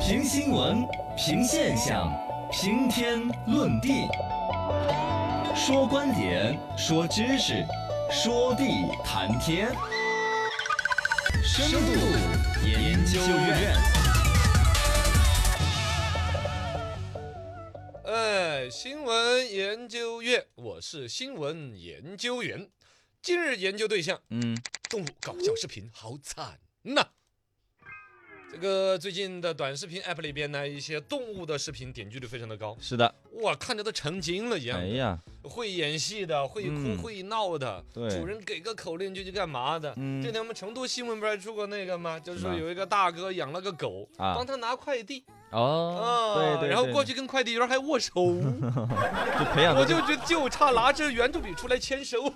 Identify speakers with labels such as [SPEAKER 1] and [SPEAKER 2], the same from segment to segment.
[SPEAKER 1] 评新闻，评现象，评天论地，说观点，说知识，说地谈天。深度研究院，
[SPEAKER 2] 哎，新闻研究院，我是新闻研究员。今日研究对象，
[SPEAKER 1] 嗯，
[SPEAKER 2] 动物搞笑视频，好惨呐、这个最近的短视频 app 里边呢，一些动物的视频点击率非常的高，
[SPEAKER 1] 是的，
[SPEAKER 2] 哇，看着都成精了一样
[SPEAKER 1] 哎。呀，
[SPEAKER 2] 会演戏的，会哭、
[SPEAKER 1] 嗯
[SPEAKER 2] 会闹的，
[SPEAKER 1] 对
[SPEAKER 2] 主人给个口令就去干嘛的。
[SPEAKER 1] 嗯
[SPEAKER 2] 这天我们成都新闻不是还出过那个吗？就是
[SPEAKER 1] 什
[SPEAKER 2] 说
[SPEAKER 1] 么
[SPEAKER 2] 有一个大哥养了个狗，
[SPEAKER 1] 啊
[SPEAKER 2] 帮他拿快递啊
[SPEAKER 1] 哦，对对，
[SPEAKER 2] 然后
[SPEAKER 1] 对
[SPEAKER 2] 过去跟快递员还握手。
[SPEAKER 1] 就培养
[SPEAKER 2] 我
[SPEAKER 1] 的
[SPEAKER 2] 就觉得就差拿着圆珠笔出来签收，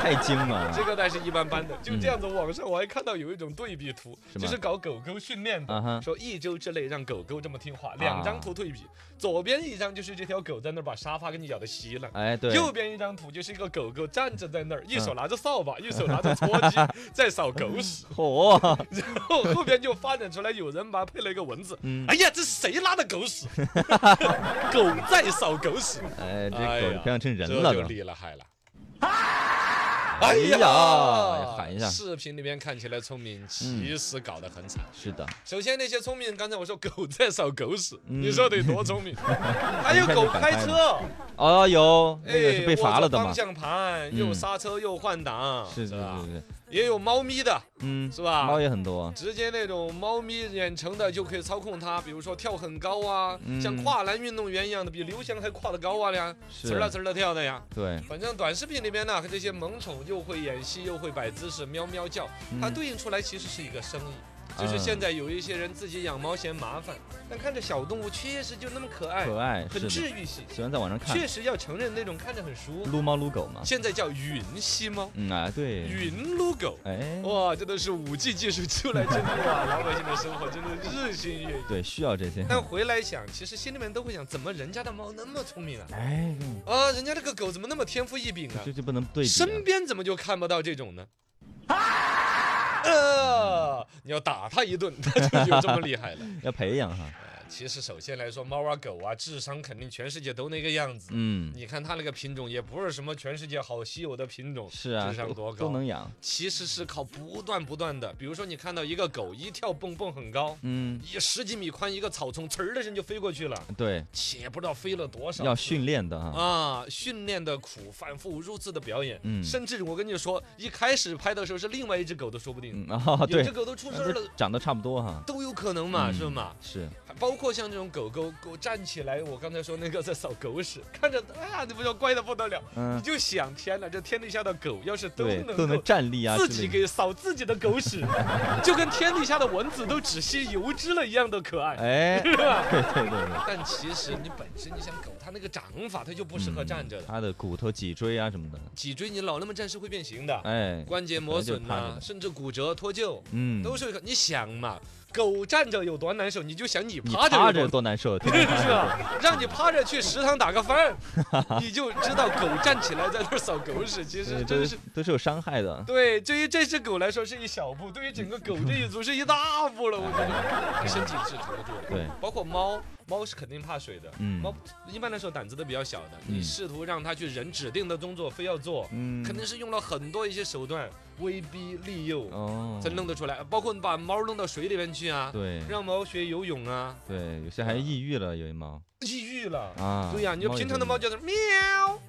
[SPEAKER 1] 太精了
[SPEAKER 2] 这个但是一般般的。就这样子，网上我还看到有一种对比图，
[SPEAKER 1] 什么
[SPEAKER 2] 就是搞狗狗训练
[SPEAKER 1] 啊哈
[SPEAKER 2] 的，说一周之内让狗狗这么听话。两张
[SPEAKER 1] 啊
[SPEAKER 2] 图对比，左边一张就是这条狗在那儿把沙发给你咬的稀烂。
[SPEAKER 1] 哎，对，嗯
[SPEAKER 2] 右边一张图就是一个狗狗站着在那儿，一手拿着扫把，一手拿着搓 机在扫狗屎，
[SPEAKER 1] 嚯，
[SPEAKER 2] 然后后边就发展出来有人把它配了一个文字，
[SPEAKER 1] 嗯
[SPEAKER 2] 哎呀，这是谁拉的狗屎？ 狗在扫狗屎，
[SPEAKER 1] 哎，这
[SPEAKER 2] 哎
[SPEAKER 1] 狗
[SPEAKER 2] 呀
[SPEAKER 1] 培养成人
[SPEAKER 2] 这
[SPEAKER 1] 了
[SPEAKER 2] 就
[SPEAKER 1] 都，
[SPEAKER 2] 厉了害了。
[SPEAKER 1] 哎
[SPEAKER 2] 哎
[SPEAKER 1] 呀喊一下嗯
[SPEAKER 2] 视频里面看起来聪明，其实搞得很惨。
[SPEAKER 1] 是的，
[SPEAKER 2] 首先那些聪明，刚才我说狗在扫狗屎，
[SPEAKER 1] 嗯
[SPEAKER 2] 你说得多 聪明？还
[SPEAKER 1] 一
[SPEAKER 2] 有
[SPEAKER 1] 看
[SPEAKER 2] 狗
[SPEAKER 1] 就反
[SPEAKER 2] 开
[SPEAKER 1] 派
[SPEAKER 2] 车，
[SPEAKER 1] 哦，有那
[SPEAKER 2] 哎，
[SPEAKER 1] 个是被
[SPEAKER 2] 握
[SPEAKER 1] 罚
[SPEAKER 2] 着
[SPEAKER 1] 了的嘛
[SPEAKER 2] 方，向盘
[SPEAKER 1] 嗯
[SPEAKER 2] 又刹车又换挡，
[SPEAKER 1] 是是
[SPEAKER 2] 吧
[SPEAKER 1] 是？是，
[SPEAKER 2] 也有猫咪的，
[SPEAKER 1] 嗯，
[SPEAKER 2] 是吧？
[SPEAKER 1] 猫也很多，
[SPEAKER 2] 直接那种猫咪远程的就可以操控它，比如说跳很高啊，
[SPEAKER 1] 嗯
[SPEAKER 2] 像跨栏运动员一样的，比刘翔还跨得高啊呀，
[SPEAKER 1] 是
[SPEAKER 2] 呲啦呲啦跳的呀。
[SPEAKER 1] 对，
[SPEAKER 2] 反正短视频里面呢，这些萌宠又会演戏，又会摆姿势，喵喵叫，它
[SPEAKER 1] 嗯
[SPEAKER 2] 对应出来其实是一个生意。就是
[SPEAKER 1] 嗯
[SPEAKER 2] 现在有一些人自己养猫嫌麻烦，但看着小动物确实就那么可爱，
[SPEAKER 1] 可爱，是
[SPEAKER 2] 很
[SPEAKER 1] 的，
[SPEAKER 2] 治愈系。
[SPEAKER 1] 喜欢在网上看
[SPEAKER 2] 确实要承认那种看着很舒服。
[SPEAKER 1] 撸猫撸狗嘛，
[SPEAKER 2] 现在叫云吸猫、
[SPEAKER 1] 嗯啊，对，
[SPEAKER 2] 云撸狗，
[SPEAKER 1] 哎，
[SPEAKER 2] 哇，这都是五 G 技术出来之后 啊，老百姓的生活真的日新月异。
[SPEAKER 1] 对，需要这些，
[SPEAKER 2] 但回来想，其实心里面都会想，怎么人家的猫那么聪明啊？
[SPEAKER 1] 哎，
[SPEAKER 2] 啊，人家这个狗怎么那么天赋异禀啊
[SPEAKER 1] 这？就不能对比啊
[SPEAKER 2] 身边怎么就看不到这种呢？呃，你要打它一顿，它就有这么厉害了。
[SPEAKER 1] 要培养哈，
[SPEAKER 2] 呃其实首先来说，猫啊狗啊，智商肯定全世界都那个样子。
[SPEAKER 1] 嗯，
[SPEAKER 2] 你看它那个品种也不是什么全世界好稀有的品种，
[SPEAKER 1] 是啊，
[SPEAKER 2] 智商
[SPEAKER 1] 都
[SPEAKER 2] 多
[SPEAKER 1] 都
[SPEAKER 2] 高？
[SPEAKER 1] 能养，
[SPEAKER 2] 其实是靠不断不断的，比如说你看到一个狗一跳蹦蹦很高，
[SPEAKER 1] 嗯，
[SPEAKER 2] 一十几米宽一个草丛，呲儿的声就飞过去了，
[SPEAKER 1] 对，
[SPEAKER 2] 且不知道飞了多少。
[SPEAKER 1] 要训练的哈，
[SPEAKER 2] 啊，训练的苦，反复如次的表演，
[SPEAKER 1] 嗯
[SPEAKER 2] 甚至我跟你说，一开始拍的时候是另外一只狗都说不定，
[SPEAKER 1] 嗯， 哦，
[SPEAKER 2] 有
[SPEAKER 1] 对
[SPEAKER 2] 只，狗都出事儿
[SPEAKER 1] 这
[SPEAKER 2] 了。
[SPEAKER 1] 长得差不多哈，
[SPEAKER 2] 都有可能嘛，
[SPEAKER 1] 嗯
[SPEAKER 2] 是嘛？
[SPEAKER 1] 是，
[SPEAKER 2] 还包括像这种狗狗狗站起来，我刚才说那个在扫狗屎，看着哎呀，你不就乖的不得了？你
[SPEAKER 1] 嗯，
[SPEAKER 2] 就想，天哪，这天底下的狗要是都
[SPEAKER 1] 对，
[SPEAKER 2] 能
[SPEAKER 1] 都能
[SPEAKER 2] 够
[SPEAKER 1] 站立啊之
[SPEAKER 2] 自
[SPEAKER 1] 类的，
[SPEAKER 2] 己给扫自己的狗屎， 就跟天底下的蚊子都只吸油脂了一样的可爱。
[SPEAKER 1] 哎，
[SPEAKER 2] 是吧？
[SPEAKER 1] 对对对对，
[SPEAKER 2] 但其实你本身你想狗，它那个长法它就不适合
[SPEAKER 1] 嗯
[SPEAKER 2] 站着的，
[SPEAKER 1] 它的骨头、脊椎啊什么的，
[SPEAKER 2] 脊椎你老那么站是会变形的，
[SPEAKER 1] 哎，
[SPEAKER 2] 关节磨损
[SPEAKER 1] 本
[SPEAKER 2] 呐、
[SPEAKER 1] 来就怕着的
[SPEAKER 2] 甚至骨折脱臼
[SPEAKER 1] 嗯，
[SPEAKER 2] 都是有可。你想嘛，狗站着有多难受，你就想你
[SPEAKER 1] 你
[SPEAKER 2] 趴着
[SPEAKER 1] 趴
[SPEAKER 2] 有
[SPEAKER 1] 着
[SPEAKER 2] 多
[SPEAKER 1] 多难受，天
[SPEAKER 2] 是
[SPEAKER 1] 天
[SPEAKER 2] 不
[SPEAKER 1] 趴
[SPEAKER 2] 是
[SPEAKER 1] 着
[SPEAKER 2] 啊？让你趴着去食堂打个饭，你就知道狗站起来在那儿扫狗屎，其实
[SPEAKER 1] 对
[SPEAKER 2] 真
[SPEAKER 1] 都
[SPEAKER 2] 是
[SPEAKER 1] 是。都是有伤害的，
[SPEAKER 2] 对，对于这只狗来说是一小步，对于整个狗这一族是一大步了。我觉得身体是扛不住的。
[SPEAKER 1] 对，
[SPEAKER 2] 包括猫，猫是肯定怕水的。
[SPEAKER 1] 嗯
[SPEAKER 2] 猫一般来说胆子都比较小的，
[SPEAKER 1] 嗯
[SPEAKER 2] 你试图让它去人指定的动作非要做，
[SPEAKER 1] 嗯，
[SPEAKER 2] 肯定是用了很多一些手段威逼利诱
[SPEAKER 1] 哦
[SPEAKER 2] 才，弄得出来，包括你把猫弄到水里面去啊，
[SPEAKER 1] 对
[SPEAKER 2] 让猫学游泳啊，
[SPEAKER 1] 对，有些还抑郁了，有一猫
[SPEAKER 2] 抑郁了。
[SPEAKER 1] 啊，
[SPEAKER 2] 对呀、你就
[SPEAKER 1] 也
[SPEAKER 2] 平
[SPEAKER 1] 这
[SPEAKER 2] 常的
[SPEAKER 1] 样
[SPEAKER 2] 猫就是喵，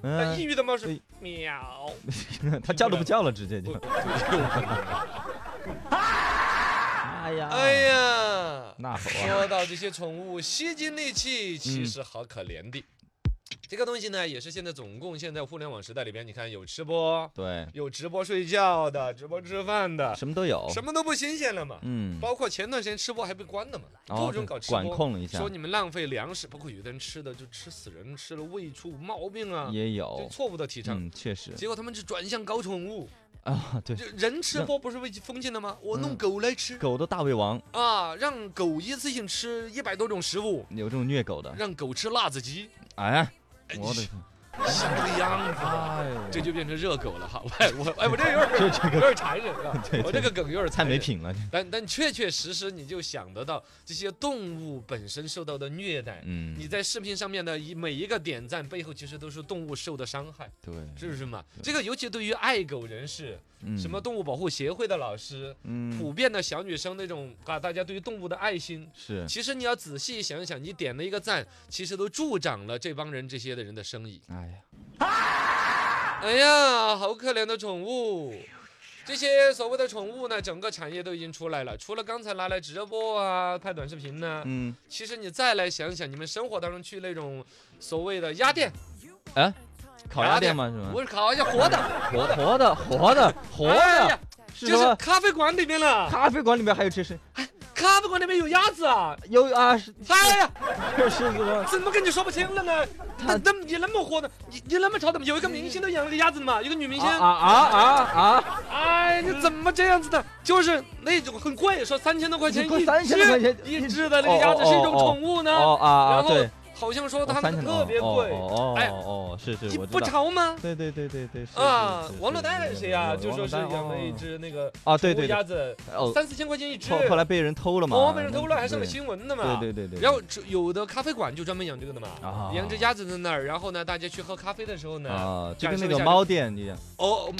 [SPEAKER 1] 嗯
[SPEAKER 2] 但抑郁的猫是
[SPEAKER 1] 对
[SPEAKER 2] 喵，
[SPEAKER 1] 它叫都不叫了，直接就
[SPEAKER 2] 不。不有可能。
[SPEAKER 1] 哎呀，
[SPEAKER 2] 哎，呀，
[SPEAKER 1] 那好啊，
[SPEAKER 2] 说到这些宠物吸金利器，
[SPEAKER 1] 嗯
[SPEAKER 2] 其实好可怜的。这个东西呢，也是现在总共现在互联网时代里边，你看有吃播，
[SPEAKER 1] 对，
[SPEAKER 2] 有直播睡觉的，直播吃饭的，
[SPEAKER 1] 什么都有，
[SPEAKER 2] 什么都不新鲜了嘛。
[SPEAKER 1] 嗯，
[SPEAKER 2] 包括前段时间吃播还被关了嘛，
[SPEAKER 1] 哦
[SPEAKER 2] 各种
[SPEAKER 1] 对
[SPEAKER 2] 搞吃播，
[SPEAKER 1] 管控了一下
[SPEAKER 2] 说你们浪费粮食，包括有的人吃的就吃死人，吃了胃出毛病啊，
[SPEAKER 1] 也
[SPEAKER 2] 就
[SPEAKER 1] 有，
[SPEAKER 2] 错误的提倡。
[SPEAKER 1] 嗯，确实
[SPEAKER 2] 结果他们就转向搞宠物，
[SPEAKER 1] 啊，对，
[SPEAKER 2] 就人吃
[SPEAKER 1] 让
[SPEAKER 2] 播不是被封禁了吗？我弄
[SPEAKER 1] 嗯
[SPEAKER 2] 狗来吃、
[SPEAKER 1] 狗都大胃王，
[SPEAKER 2] 啊，让狗一次性吃一百多种食物，
[SPEAKER 1] 有这种虐狗的，
[SPEAKER 2] 让狗吃辣子鸡。
[SPEAKER 1] 哎，
[SPEAKER 2] 哎
[SPEAKER 1] 我的
[SPEAKER 2] 你
[SPEAKER 1] 天
[SPEAKER 2] 什么样子？
[SPEAKER 1] 哎呦，
[SPEAKER 2] 这就变成热狗了哈！我我哎，我这有点
[SPEAKER 1] 这这个
[SPEAKER 2] 有点残忍了，
[SPEAKER 1] 对
[SPEAKER 2] 我这个梗有点
[SPEAKER 1] 太
[SPEAKER 2] 残
[SPEAKER 1] 没
[SPEAKER 2] 忍。
[SPEAKER 1] 品了，
[SPEAKER 2] 但但确确实实，你就想得到这些动物本身受到的虐待。
[SPEAKER 1] 嗯，
[SPEAKER 2] 你在视频上面的一每一个点赞背后，其实都是动物受的伤害，
[SPEAKER 1] 对
[SPEAKER 2] 是不是嘛？
[SPEAKER 1] 对
[SPEAKER 2] 这个尤其对于爱狗人士，什么
[SPEAKER 1] 都
[SPEAKER 2] 动物保护协会的老师，
[SPEAKER 1] 嗯
[SPEAKER 2] 普遍的小女生那种啊，大家对于动物的爱心，
[SPEAKER 1] 是
[SPEAKER 2] 其实你要仔细想一想，你点了一个赞，其实都助长了这帮人这些的人的生意。
[SPEAKER 1] 哎呀
[SPEAKER 2] 哎呀，好可怜的宠物。这些所谓的宠物呢，整个产业都已经出来了。除了刚才拿来直播啊、拍短视频呢，
[SPEAKER 1] 嗯
[SPEAKER 2] 其实你再来想想，你们生活当中去那种所谓的鸭店，
[SPEAKER 1] 啊烤
[SPEAKER 2] 鸭
[SPEAKER 1] 鸭
[SPEAKER 2] 店
[SPEAKER 1] 店吗是吗
[SPEAKER 2] 不是烤一下活的，
[SPEAKER 1] 活活的活的嗯活
[SPEAKER 2] 哎
[SPEAKER 1] 的
[SPEAKER 2] 呀
[SPEAKER 1] 是什
[SPEAKER 2] 就是
[SPEAKER 1] 么
[SPEAKER 2] 咖啡馆里面了。
[SPEAKER 1] 咖啡馆里面还有这是
[SPEAKER 2] 咖啡馆里面有鸭子啊！
[SPEAKER 1] 有啊 是
[SPEAKER 2] 哎呀，
[SPEAKER 1] 是是是吗
[SPEAKER 2] 怎么跟你说不清了呢？
[SPEAKER 1] 它
[SPEAKER 2] 那那么你那么火的，你你那么潮的，有一个明星都养了个鸭子的嘛，有个女明星
[SPEAKER 1] 啊。啊啊啊
[SPEAKER 2] 哎，你怎么这样子的？就是那种很贵，说三千多块钱
[SPEAKER 1] 你贵
[SPEAKER 2] 一
[SPEAKER 1] 3000多块钱
[SPEAKER 2] 只一
[SPEAKER 1] 一
[SPEAKER 2] 只的那个鸭子
[SPEAKER 1] 哦哦
[SPEAKER 2] 是一种
[SPEAKER 1] 哦
[SPEAKER 2] 宠物
[SPEAKER 1] 啊
[SPEAKER 2] 呢。
[SPEAKER 1] 哦啊啊
[SPEAKER 2] 然后
[SPEAKER 1] 对，
[SPEAKER 2] 好像说
[SPEAKER 1] 哦
[SPEAKER 2] 它
[SPEAKER 1] 三千多
[SPEAKER 2] 特别贵，
[SPEAKER 1] 哦哦
[SPEAKER 2] 哎
[SPEAKER 1] 哦哦是是
[SPEAKER 2] 你
[SPEAKER 1] 我
[SPEAKER 2] 不
[SPEAKER 1] 知道。
[SPEAKER 2] 潮吗？
[SPEAKER 1] 对对对对对是
[SPEAKER 2] 啊
[SPEAKER 1] 是是，
[SPEAKER 2] 王珞丹是谁呀？
[SPEAKER 1] 有
[SPEAKER 2] 就
[SPEAKER 1] 有
[SPEAKER 2] 说是
[SPEAKER 1] 王珞丹
[SPEAKER 2] 养了一
[SPEAKER 1] 哦
[SPEAKER 2] 只那个
[SPEAKER 1] 啊对
[SPEAKER 2] 宠
[SPEAKER 1] 对对
[SPEAKER 2] 物鸭子，
[SPEAKER 1] 哦，
[SPEAKER 2] 三四千块钱一只，
[SPEAKER 1] 后后来被人偷了嘛，嗯
[SPEAKER 2] 哦，被人偷了，还上了
[SPEAKER 1] 对
[SPEAKER 2] 新闻呢嘛。
[SPEAKER 1] 对对对对，
[SPEAKER 2] 然后这有的咖啡馆就专门养这个的嘛
[SPEAKER 1] 啊，
[SPEAKER 2] 养只鸭子在那儿，然后呢，大家去喝咖啡的时候呢，
[SPEAKER 1] 啊，就
[SPEAKER 2] 感
[SPEAKER 1] 跟那
[SPEAKER 2] 受一
[SPEAKER 1] 个
[SPEAKER 2] 下
[SPEAKER 1] 猫店 一样，
[SPEAKER 2] 哦，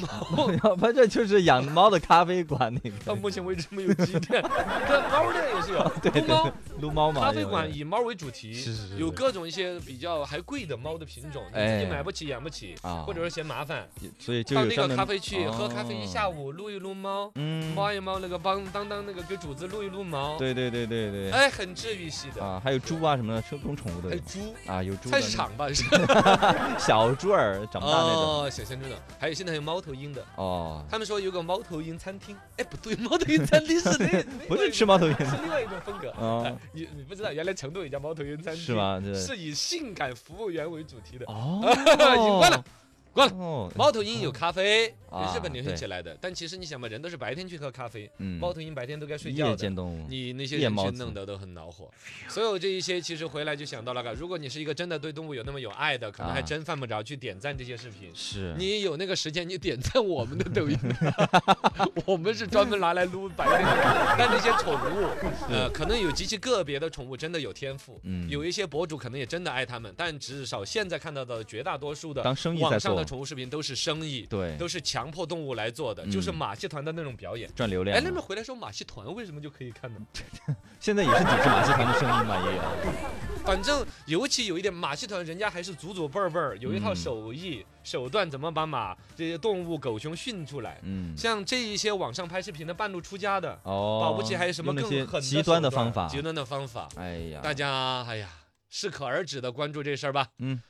[SPEAKER 2] 猫
[SPEAKER 1] 反正就是养猫的咖啡馆那个
[SPEAKER 2] 到哦目前为止没有几 点，但猫店也是有，
[SPEAKER 1] 对对
[SPEAKER 2] 公猫
[SPEAKER 1] 撸猫嘛，
[SPEAKER 2] 咖啡
[SPEAKER 1] 有
[SPEAKER 2] 馆
[SPEAKER 1] 有
[SPEAKER 2] 以猫为主题，
[SPEAKER 1] 是
[SPEAKER 2] 有各种一些比较还贵的猫的品种，你自
[SPEAKER 1] 哎
[SPEAKER 2] 己买不起养不起，
[SPEAKER 1] 啊，
[SPEAKER 2] 或者是嫌麻烦，
[SPEAKER 1] 所以就
[SPEAKER 2] 到
[SPEAKER 1] 有
[SPEAKER 2] 那
[SPEAKER 1] 专
[SPEAKER 2] 个
[SPEAKER 1] 门哦
[SPEAKER 2] 咖啡去喝咖啡一下
[SPEAKER 1] 午，
[SPEAKER 2] 午，撸一撸猫，
[SPEAKER 1] 嗯，
[SPEAKER 2] 猫一啊猫那个帮当当那个给主子撸一撸毛，
[SPEAKER 1] 对对对对对，
[SPEAKER 2] 哎，很治愈系的。
[SPEAKER 1] 啊，还有猪啊什么的，这种宠物
[SPEAKER 2] 还
[SPEAKER 1] 的
[SPEAKER 2] 有猪，
[SPEAKER 1] 啊，有猪的
[SPEAKER 2] 菜市场吧是
[SPEAKER 1] 那种小猪儿长不大那种
[SPEAKER 2] 哦，小鲜猪的，还有现在还有猫头鹰的，
[SPEAKER 1] 哦，
[SPEAKER 2] 他们说有个猫头鹰餐厅，哎不对，猫头鹰餐厅是那
[SPEAKER 1] 不是吃猫头鹰
[SPEAKER 2] 那
[SPEAKER 1] 的
[SPEAKER 2] 是另外一种风格。哎
[SPEAKER 1] 啊，
[SPEAKER 2] 你你不知道，原来成都有一家猫头鹰餐厅，
[SPEAKER 1] 是？吗？对，
[SPEAKER 2] 是以性感服务员为主题的。
[SPEAKER 1] 哦
[SPEAKER 2] 赢，惯了惯了
[SPEAKER 1] 了
[SPEAKER 2] 猫头鹰有咖啡，
[SPEAKER 1] 啊
[SPEAKER 2] 日本流行
[SPEAKER 1] 对
[SPEAKER 2] 起来的。但其实你想嘛，人都是白天去喝咖啡，
[SPEAKER 1] 嗯，
[SPEAKER 2] 猫头鹰白天都该睡觉
[SPEAKER 1] 夜间
[SPEAKER 2] 的。
[SPEAKER 1] 动物，
[SPEAKER 2] 你那些
[SPEAKER 1] 嗯夜
[SPEAKER 2] 人
[SPEAKER 1] 猫
[SPEAKER 2] 去
[SPEAKER 1] 子
[SPEAKER 2] 弄得都很恼火，所有这一些其实回来就想到了个，如果你是一个真的对动物有那么有爱的，可能还
[SPEAKER 1] 啊
[SPEAKER 2] 真犯不着去点赞这些视频。
[SPEAKER 1] 是
[SPEAKER 2] 你有那个时间，你点赞我们的 抖音，我们是专门拿来撸白天的，但那些宠物，呃，可能有极其个别的宠物真的有天赋，
[SPEAKER 1] 嗯
[SPEAKER 2] 有一些博主可能也真的爱它们，但至少现在看到的绝大多数的
[SPEAKER 1] 当生意
[SPEAKER 2] 网
[SPEAKER 1] 在
[SPEAKER 2] 上的
[SPEAKER 1] 做，
[SPEAKER 2] 宠物视频都是生意，
[SPEAKER 1] 对
[SPEAKER 2] 都，是强迫动物来做的，
[SPEAKER 1] 嗯
[SPEAKER 2] 就是马戏团的那种表演。
[SPEAKER 1] 赚流量
[SPEAKER 2] 哎，
[SPEAKER 1] 嘛。
[SPEAKER 2] 那么回来说马戏团为什么就可以看呢？
[SPEAKER 1] 现在也是抵制马戏团的声音嘛，也有。
[SPEAKER 2] 反正尤其有一点，马戏团人家还是祖祖辈儿辈儿有一套
[SPEAKER 1] 嗯
[SPEAKER 2] 手艺、手段，怎么把马这些动物狗熊训出来。
[SPEAKER 1] 嗯，
[SPEAKER 2] 像这一些网上拍视频的半路出家的，
[SPEAKER 1] 哦，
[SPEAKER 2] 保不齐还有什么
[SPEAKER 1] 用
[SPEAKER 2] 更
[SPEAKER 1] 那些
[SPEAKER 2] 狠
[SPEAKER 1] 极端的
[SPEAKER 2] 手段
[SPEAKER 1] 方法。
[SPEAKER 2] 极端的方法。
[SPEAKER 1] 哎呀，
[SPEAKER 2] 大家哎呀，适可而止的关注这事儿吧。
[SPEAKER 1] 嗯。